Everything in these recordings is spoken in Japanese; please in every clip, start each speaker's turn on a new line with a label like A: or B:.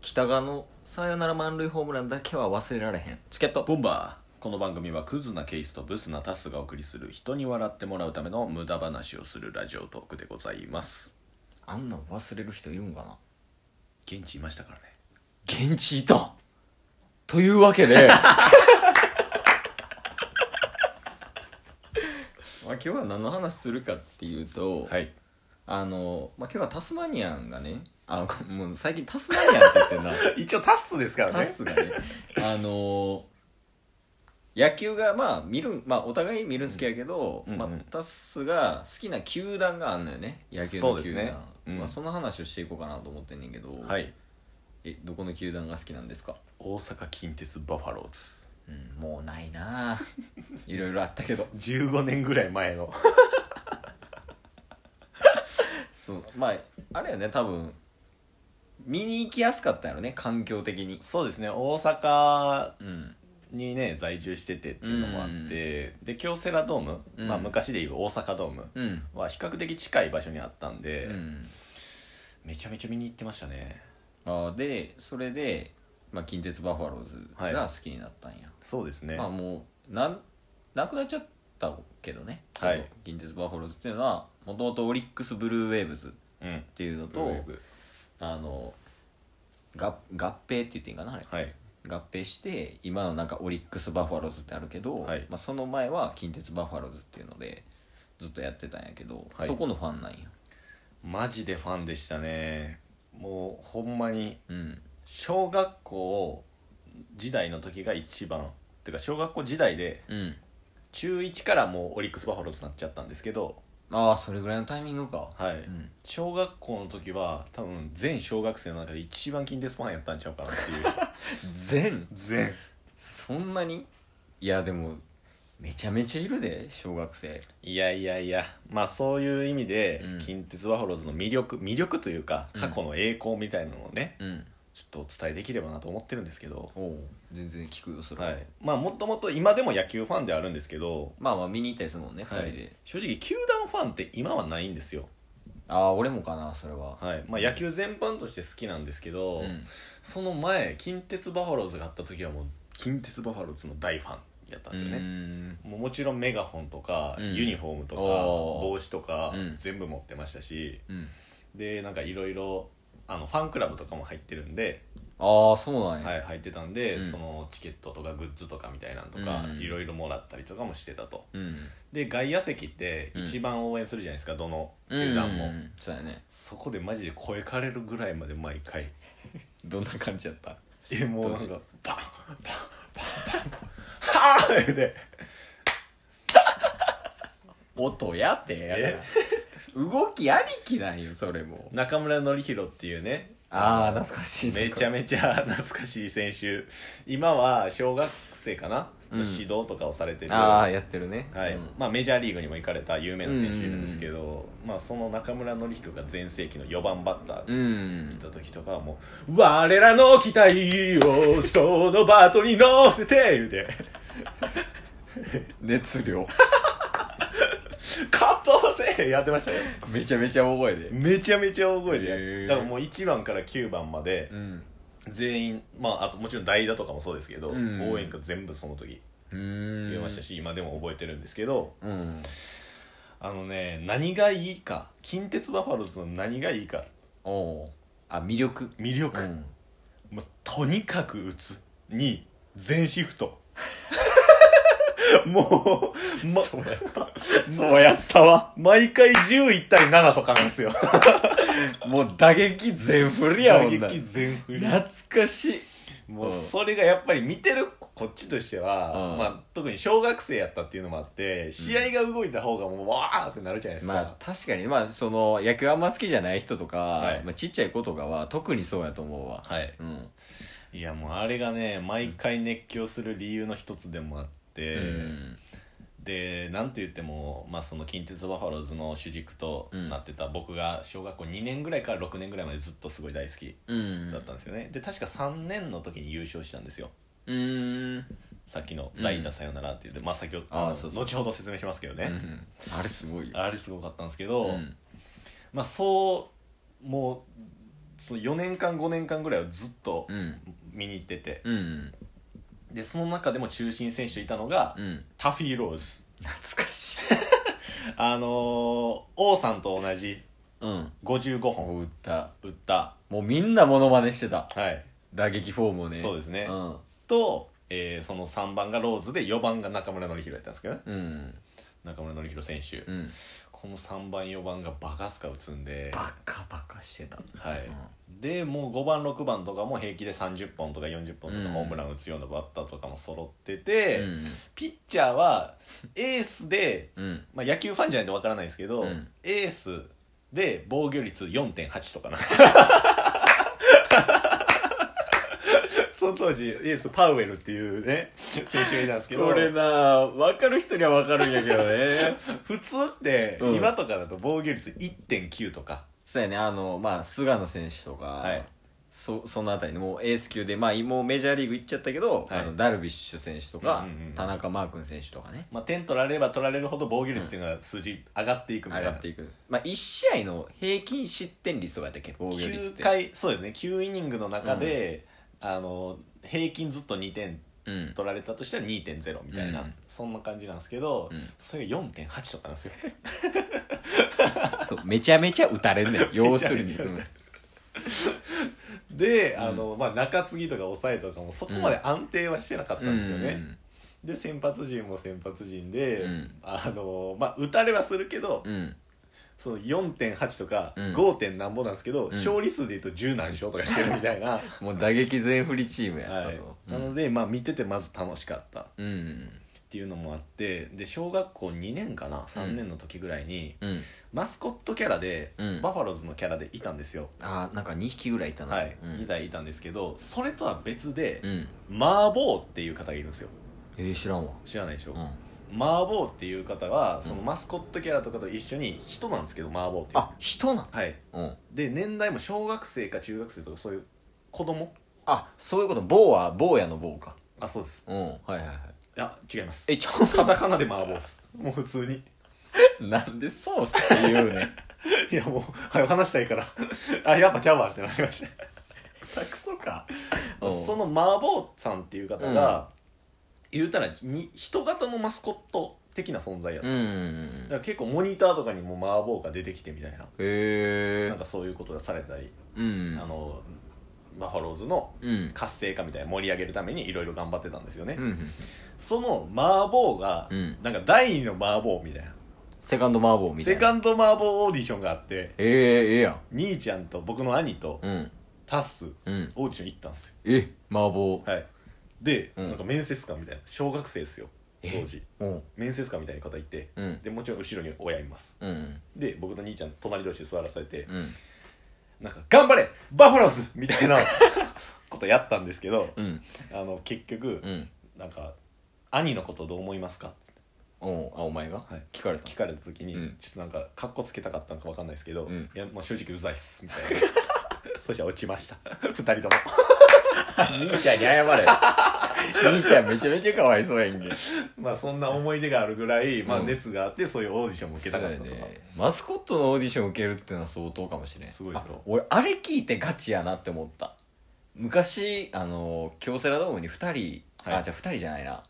A: 北川のさよなら満塁ホームランだけは忘れられへんチケット
B: ボンバーこの番組はクズなケイスとブスなタスがお送りする人に笑ってもらうための無駄話をするラジオトークでございます
A: あんなん忘れる人いるんかな
B: 現地いましたからね
A: 現地いたというわけ でまあ今日は何の話するかっていうと、
B: はい
A: あの、まあ、今日はタスマニアンがねあの もう最近タスマニアンって言 ってんな
B: 一応タスですか
A: タスがねあの野球がまあ見るまあお互い見るん好きやけど、
B: うんうん
A: まあ、タスが好きな球団があんのよね野球
B: そう
A: の
B: です
A: 球団
B: ねうん
A: まあ、その話をしていこうかなと思ってんねんけど、
B: はい
A: えどこの球団が好きなんですか
B: 大阪近鉄バファローズ
A: うん、もうないな あいろいろあったけど
B: 15年ぐらい前の
A: そうまああれよね多分見に行きやすかったよね環境的に
B: そうですね大阪
A: うん
B: にね在住しててっていうのもあって、で京セラドーム、
A: うん
B: まあ、昔でいう大阪ドーム
A: うん
B: は比較的近い場所にあったんで、
A: うん
B: めちゃめちゃ見に行ってましたね
A: あでそれで、まあ、近鉄バファローズが好きになったんや、
B: そうですね
A: まあもうなんなくなっちゃったけどね、
B: はい
A: その近鉄バファローズっていうのはもともとオリックスブルーウェーブズっ
B: うん
A: ていうの
B: と
A: とあのが合併って言っていいんかなあれ
B: はい
A: 合併して今のなんかオリックス・バファローズってあるけど、
B: はい
A: まあ、その前は近鉄バファローズっていうのでずっとやってたんやけど、
B: はい
A: そこのファンなんや
B: マジでファンでしたねもうほんまに
A: うん
B: 小学校時代の時が一番てか小学校時代で
A: うん
B: 中1からもうオリックス・バファローズになっちゃったんですけど
A: ああそれぐらいのタイミングか
B: は
A: う
B: い、
A: ん
B: 小学校の時は多分全小学生の中で一番近鉄ファンやったんちゃうかなっていう
A: 全
B: 全
A: そんなにいやでもめちゃめちゃいるで小学生
B: いやいやいやまあそういう意味で、
A: うん
B: 近鉄バファローズの魅力魅力というか
A: うん
B: 過去の栄光みたいなのをね、
A: うん
B: ちょっとお伝えできればなと思ってるんですけど、
A: おお全然聞くよそれは、
B: はい、まあもともと今でも野球ファンではあるんですけど、
A: まあまあ見に行ったりするもんね、
B: は
A: 2
B: い
A: 人で
B: 正直球団ファンって今はないんですよ、
A: ああ俺もかなそれは、
B: はいまあ、野球全般として好きなんですけど、
A: うん、
B: その前近鉄バファローズがあった時はもう近鉄バファローズの大ファンやったんです
A: う
B: よね、
A: ん
B: もうもちろんメガホンとか、
A: うん
B: ユニフォームとか
A: おー
B: 帽子とか、
A: うん
B: 全部持ってましたし
A: うん
B: でなんかいろいろあのファンクラブとかも入ってるんで、
A: ああそうなんや、
B: はい、入ってたんで、
A: うん
B: そのチケットとかグッズとかみたいなのとか
A: うん
B: いろいろもらったりとかもしてたと
A: うん
B: で外野席って
A: うん
B: 一番応援するじゃないですか、どの球団も、
A: うんそうやね
B: そこでマジで声かれるぐらいまで毎回
A: どんな感じやった
B: えもうなん
A: どうし
B: かパンパンパンパンパンはーで
A: 音やってやから動きありきなんよそれも
B: 中村紀弘っていうね
A: ああ懐かしい
B: めちゃめちゃ懐かしい選手今は小学生かな、
A: うん
B: の指導とかをされてる
A: ああやってるね
B: はい
A: うん
B: まあ、メジャーリーグにも行かれた有名な選手いるんですけど、まあ、その中村紀弘が全盛期の4番バッター
A: う
B: だ
A: ん
B: った時とかはもう「我らの期待をそのバトに乗せて」言うて
A: 熱量
B: 「カットせ!」やってましたよ
A: めちゃめちゃ大声で
B: めちゃめちゃ大声で、
A: へー
B: だからもう1番から9番まで
A: うん
B: 全員、まあ、あともちろん代打とかもそうですけど、
A: うん
B: 応援歌全部その時
A: うん
B: 言えましたし、今でも覚えてるんですけど
A: うん
B: あのね何がいいか近鉄バファローズの何がいいか
A: おおあ魅力
B: 魅力、
A: うん
B: もうとにかく打つに全シフト もう、ま、そうやったそうやったわ毎回11対7とかなん ですよ
A: もう打撃全振りや
B: 打
A: もんな
B: 撃全振り
A: 懐かしい
B: もう
A: うん
B: それがやっぱり見てるこっちとしては、
A: うん
B: まあ、特に小学生やったっていうのもあって試合が動いた方がもうわーってなるじゃないですか、
A: まあ確かにまあその野球あんま好きじゃない人とか、
B: はい
A: まあ、ちっちゃい子とかは特にそうやと思うわ
B: はい
A: うん
B: いやもうあれがね毎回熱狂する理由の一つでもあって、
A: うん
B: でなんと言っても、まあ、その近鉄バファローズの主軸と
A: うん
B: なってた、僕が小学校2年ぐらいから6年ぐらいまでずっとすごい大好き
A: うん
B: だったんですよね、で確か3年の時に優勝したんですよ
A: うん
B: さっきの「代打さよなら」って言って、まあ先ほどあ
A: あ
B: の
A: ーそうそう
B: 後ほど説明しますけどね、
A: うんあれすごいよ
B: あれすごかったんですけど、
A: うん
B: まあそうもうその4年間5年間ぐらいはずっと
A: うん
B: 見に行ってて、
A: うん
B: でその中でも中心選手いたのが、
A: うん
B: タフィー・ローズ
A: 懐かしい
B: あのー王さんと同じ
A: うん
B: 55本
A: 打った
B: 打った
A: もうみんなモノマネしてた
B: はい
A: 打撃フォームをね
B: そうですね
A: うん
B: と、えーその3番がローズで4番が中村紀弘やったんですけどね
A: うん
B: 中村紀弘選手、
A: うん
B: この3番4番がバカスカ打つんで
A: バカバカしてた
B: はいでもう5番6番とかも平気で30本とか40本と
A: う
B: か
A: ん
B: ホームラン打つようなバッターとかも揃ってて、
A: うん
B: ピッチャーはエースで、
A: うん
B: まあ、野球ファンじゃないとわからないですけど、
A: うん
B: エースで防御率4.8とか なその当時エースパウエルっていうね選手がいたんですけど
A: これな分かる人には分かるんやけど ね
B: 普通って
A: うん
B: 今とかだと防御率1.9とか、
A: そうやねあのまあ菅野選手とか、
B: はい
A: そそのあたりのもうエース級でまあもうメジャーリーグ行っちゃったけど、
B: はい
A: あのダルビッシュ選手とか、
B: うんうんうん
A: 田中マー君選手とかね
B: まあ、点取られれば取られるほど防御率っていうのは数字上がっていくみた
A: 上
B: いな、
A: がっていくまあ1試合の平均失点率とかだっけ防御率っ
B: 9
A: て
B: 回そうですね9イニングの中で、あの平均ずっと2点
A: うん
B: 取られたとしたら2.0みたいな、
A: うん
B: そんな感じなんですけど、
A: うん
B: それが4.8とかな んですよ
A: そうめちゃめちゃ打たれんねん要するに
B: めちゃめちゃ打たれる
A: うん
B: であの、まあ、中継ぎとか抑えとかもそこまで安定はしてなかったんですよね、で先発陣も先発陣で、
A: うん
B: あのまあ打たれはするけど、
A: うんうん
B: その4.8とか
A: うん
B: 5. 点なんぼなんですけど、
A: ん
B: 勝利数でいうと10何勝とかしてるみた いな、
A: もう打撃全振りチームやっ
B: は
A: た
B: い
A: と、
B: なのでまあ見ててまず楽しかったっ
A: うんうん
B: ていうのもあってで小学校2年かな3年の時ぐらいに、
A: うん
B: マスコットキャラで、
A: うん
B: バファローズのキャラでいたんですよ、
A: あーなんか2匹ぐらいいたな
B: はい、
A: うん
B: 2体いたんですけどそれとは別で、
A: うん
B: マーボーっていう方がいるんですよ
A: えー、知らんわ
B: 知らないでしょ、
A: うん
B: マーボーっていう方はそのマスコットキャラとかと一緒に人なんですけどマーボーっていう
A: あ人なん
B: はい
A: うん
B: で年代も小学生か中学生とかそういう子供
A: あそういうこと棒は坊やの棒か
B: あそうです
A: うんはいはいはい
B: いや違います
A: えちょ
B: カタカナで麻婆ですもう普通に
A: なんでソースって言うねん
B: いやもうはい話したいから あやっぱちゃうわってなりましたクソか
A: うん
B: その麻婆さんっていう方が、言うたらに人型のマスコット的な存在やった
A: うんんう
B: で
A: ん
B: すよ、
A: うん
B: だから結構モニターとかにも麻婆が出てきてみたいな
A: へえ
B: なんかそういうことがされたり、
A: うん
B: あのバファローズの
A: うん
B: 活性化みたいな盛り上げるためにいろいろ頑張ってたんですよね、
A: うんうん
B: その麻婆が、
A: うん
B: なんか第二の麻婆みたいな
A: セカンド麻婆みたい
B: セ
A: な
B: カンド麻婆オーディションがあって
A: ええええやん
B: 兄ちゃんと僕の兄と
A: うん
B: タス
A: うん
B: オーディション行ったんですよ
A: え麻婆
B: はいで、
A: うん
B: なんか面接官みたいな小学生ですよ当
A: え
B: 時
A: うん
B: 面接官みたいな方いて
A: うん
B: でもちろん後ろに親います
A: うん
B: で僕の兄ちゃん隣同士で座らされて、
A: うん
B: なんか「頑張れバファローズ!」みた いなことやったんですけど
A: うん
B: あの結局、
A: うん
B: なんか「兄のことどう思いますか?」
A: おあお前が、
B: はい
A: 聞かれた
B: 聞かれた時に、
A: うん
B: ちょっとなんかかっこつけたかったのかわかんないですけど、
A: うん
B: いやもう正直うざいっすみたい なそしたら落ちました二人とも
A: 兄ちゃんに謝れ兄ちゃんめちゃめちゃかわいそうやんけ
B: まあそんな思い出があるぐらい、まあ、
A: うん
B: 熱があってそういうオーディションも受けたかったとか、
A: そうやねマスコットのオーディション受けるっていうのは相当かもしれん
B: すごいでしょ
A: あ俺あれ聞いてガチやなって思った昔あの京セラドームに2人、
B: は
A: あ
B: い
A: じゃあ2人じゃないな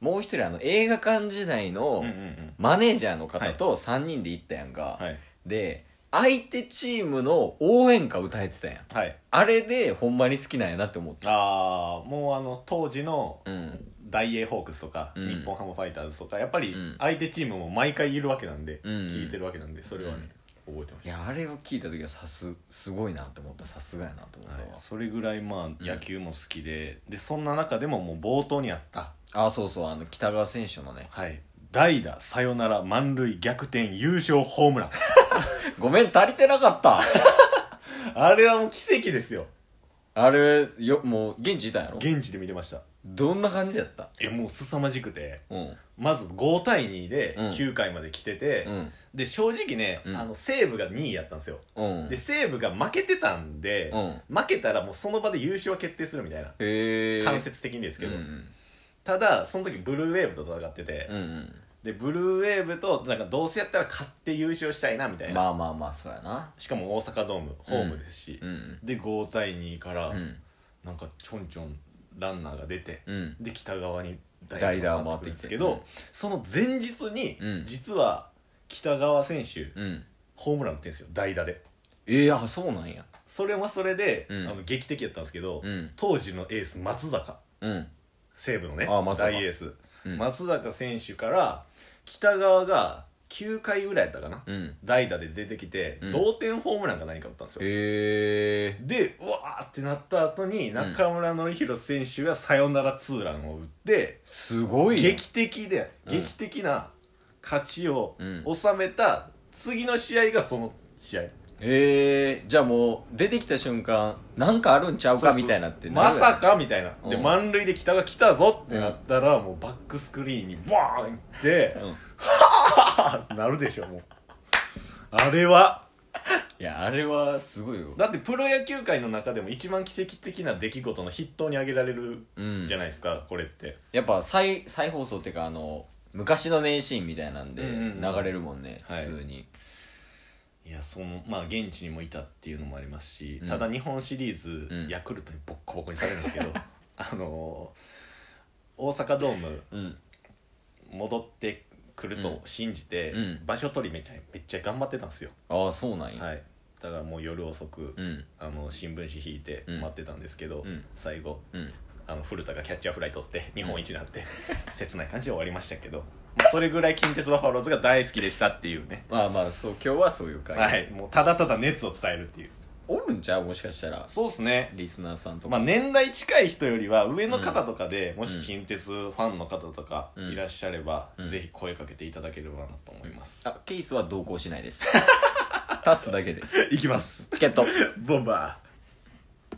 A: もう1人あの映画館時代の
B: うんうんうん
A: マネージャーの方と3人で行ったやんか、
B: はい
A: で相手チームの応援歌歌えてたやん
B: はい
A: あれでほんまに好きなんやなって思った
B: ああもうあの当時の
A: うん
B: 大英ホークスとか、
A: うん
B: 日本ハムファイターズとかやっぱり
A: うん
B: 相手チームも毎回いるわけなんで、
A: うんうん
B: 聞いてるわけなんでそれはね、覚えてまし
A: い
B: た
A: やあれを聞いた時はさすすごいなって思ったさすがやなと思っ
B: は
A: たわ、
B: い、それぐらいまあ野球も好きで、でそんな中でももう冒頭にあった
A: あそうそうあの北川選手のね
B: はい代打サヨナラ満塁逆転優勝ホームラン
A: ごめん足りてなかった
B: あれはもう奇跡ですよ
A: あれよもう現地いたんやろ
B: 現地で見てました
A: どんな感じやった
B: えもう凄まじくて
A: うん
B: まず5対2で
A: うん
B: 9回まで来てて、
A: うん
B: で正直ね、
A: うん
B: あの西武が2位やったんですよ
A: うん
B: で西武が負けてたんで、
A: うん
B: 負けたらもうその場で優勝は決定するみたいな
A: へえ
B: 間接的にですけど、
A: うん
B: ただその時ブルーウェーブと戦ってて、
A: うんうん
B: ででブルーウェーブとなんかどうせやったら勝って優勝したいなみたいな、
A: まあまあまあそうやな
B: しかも大阪ドームホームですし、
A: うん
B: で5対2から、
A: うん
B: なんかちょんちょんランナーが出て、
A: うん
B: で北側に
A: 代打が
B: が回
A: 回
B: っ
A: っててきて
B: きてですけど、
A: うん
B: その前日に、
A: うん
B: 実は北川選手、
A: うん
B: ホームラン打ってんですよ代打で
A: ええあそうなんや
B: それはそれで、
A: うん
B: あの劇的やったんですけど、
A: うん
B: 当時のエース松坂
A: うん
B: 西武のね
A: あ松坂
B: 大エース、
A: うん
B: 松坂選手から北川が9回ぐらいやったかな、
A: うん
B: 代打で出てきて、
A: うん
B: 同点ホームランか何か打ったんですよ、
A: ええ
B: でうわーってなった後に中村紀洋選手がサヨナラツーランを打って、
A: すごいね
B: 劇的で、
A: うん
B: 劇的な勝ちを
A: うん
B: 収めた次の試合がその試合
A: ええじゃあもう出てきた瞬間なんかあるんちゃうかみたいなって
B: そうそうそうまさ
A: か
B: かみたいな、で
A: うん
B: 満塁で北が来たぞってなったら、もうバックスクリーンにバーンって、
A: うん
B: はあってなるでしょもうあれはい
A: やあれはすごいよ
B: だってプロ野球界の中でも一番奇跡的な出来事の筆頭に挙げられる
A: うん
B: じゃないですか、これって
A: やっぱ再再放送っていうかあの昔の名シーンみたいなんで
B: うんうんうん
A: 流れるもんね、
B: はい
A: 普通に、
B: いやそのまあ現地にもいたっていうのもありますし、
A: うん
B: ただ日本シリーズ、
A: うん
B: ヤクルトにボッコボコにされるんで すけどあのー大阪ドーム
A: うん
B: 戻ってくると信じて、
A: うん
B: 場所取りめっちゃめっちゃ頑張ってたんですよ、
A: ああそうなんや、
B: はいだからもう夜遅く、
A: うん
B: あの新聞紙引いて
A: うん
B: 待ってたんですけど、
A: うん
B: 最後
A: うん
B: あの古田がキャッチャーフライ取って日本一になって、 切ない感じで終わりましたけど、まあ、それぐらい近鉄バファローズが大好きでしたっていうね
A: まあまあそう今日はそういう回、
B: はいもうただただ熱を伝えるっていう
A: おるんちゃうもしかしたら
B: そうですね
A: リスナーさんとか、
B: まあ、年代近い人よりは上の方とかで、もし近鉄ファンの方とか
A: うん
B: いらっしゃれば、
A: うん
B: ぜひ声かけていただければなと思います、
A: あケースは同行しないですタスだけで
B: いきます
A: チケット
B: ボンバー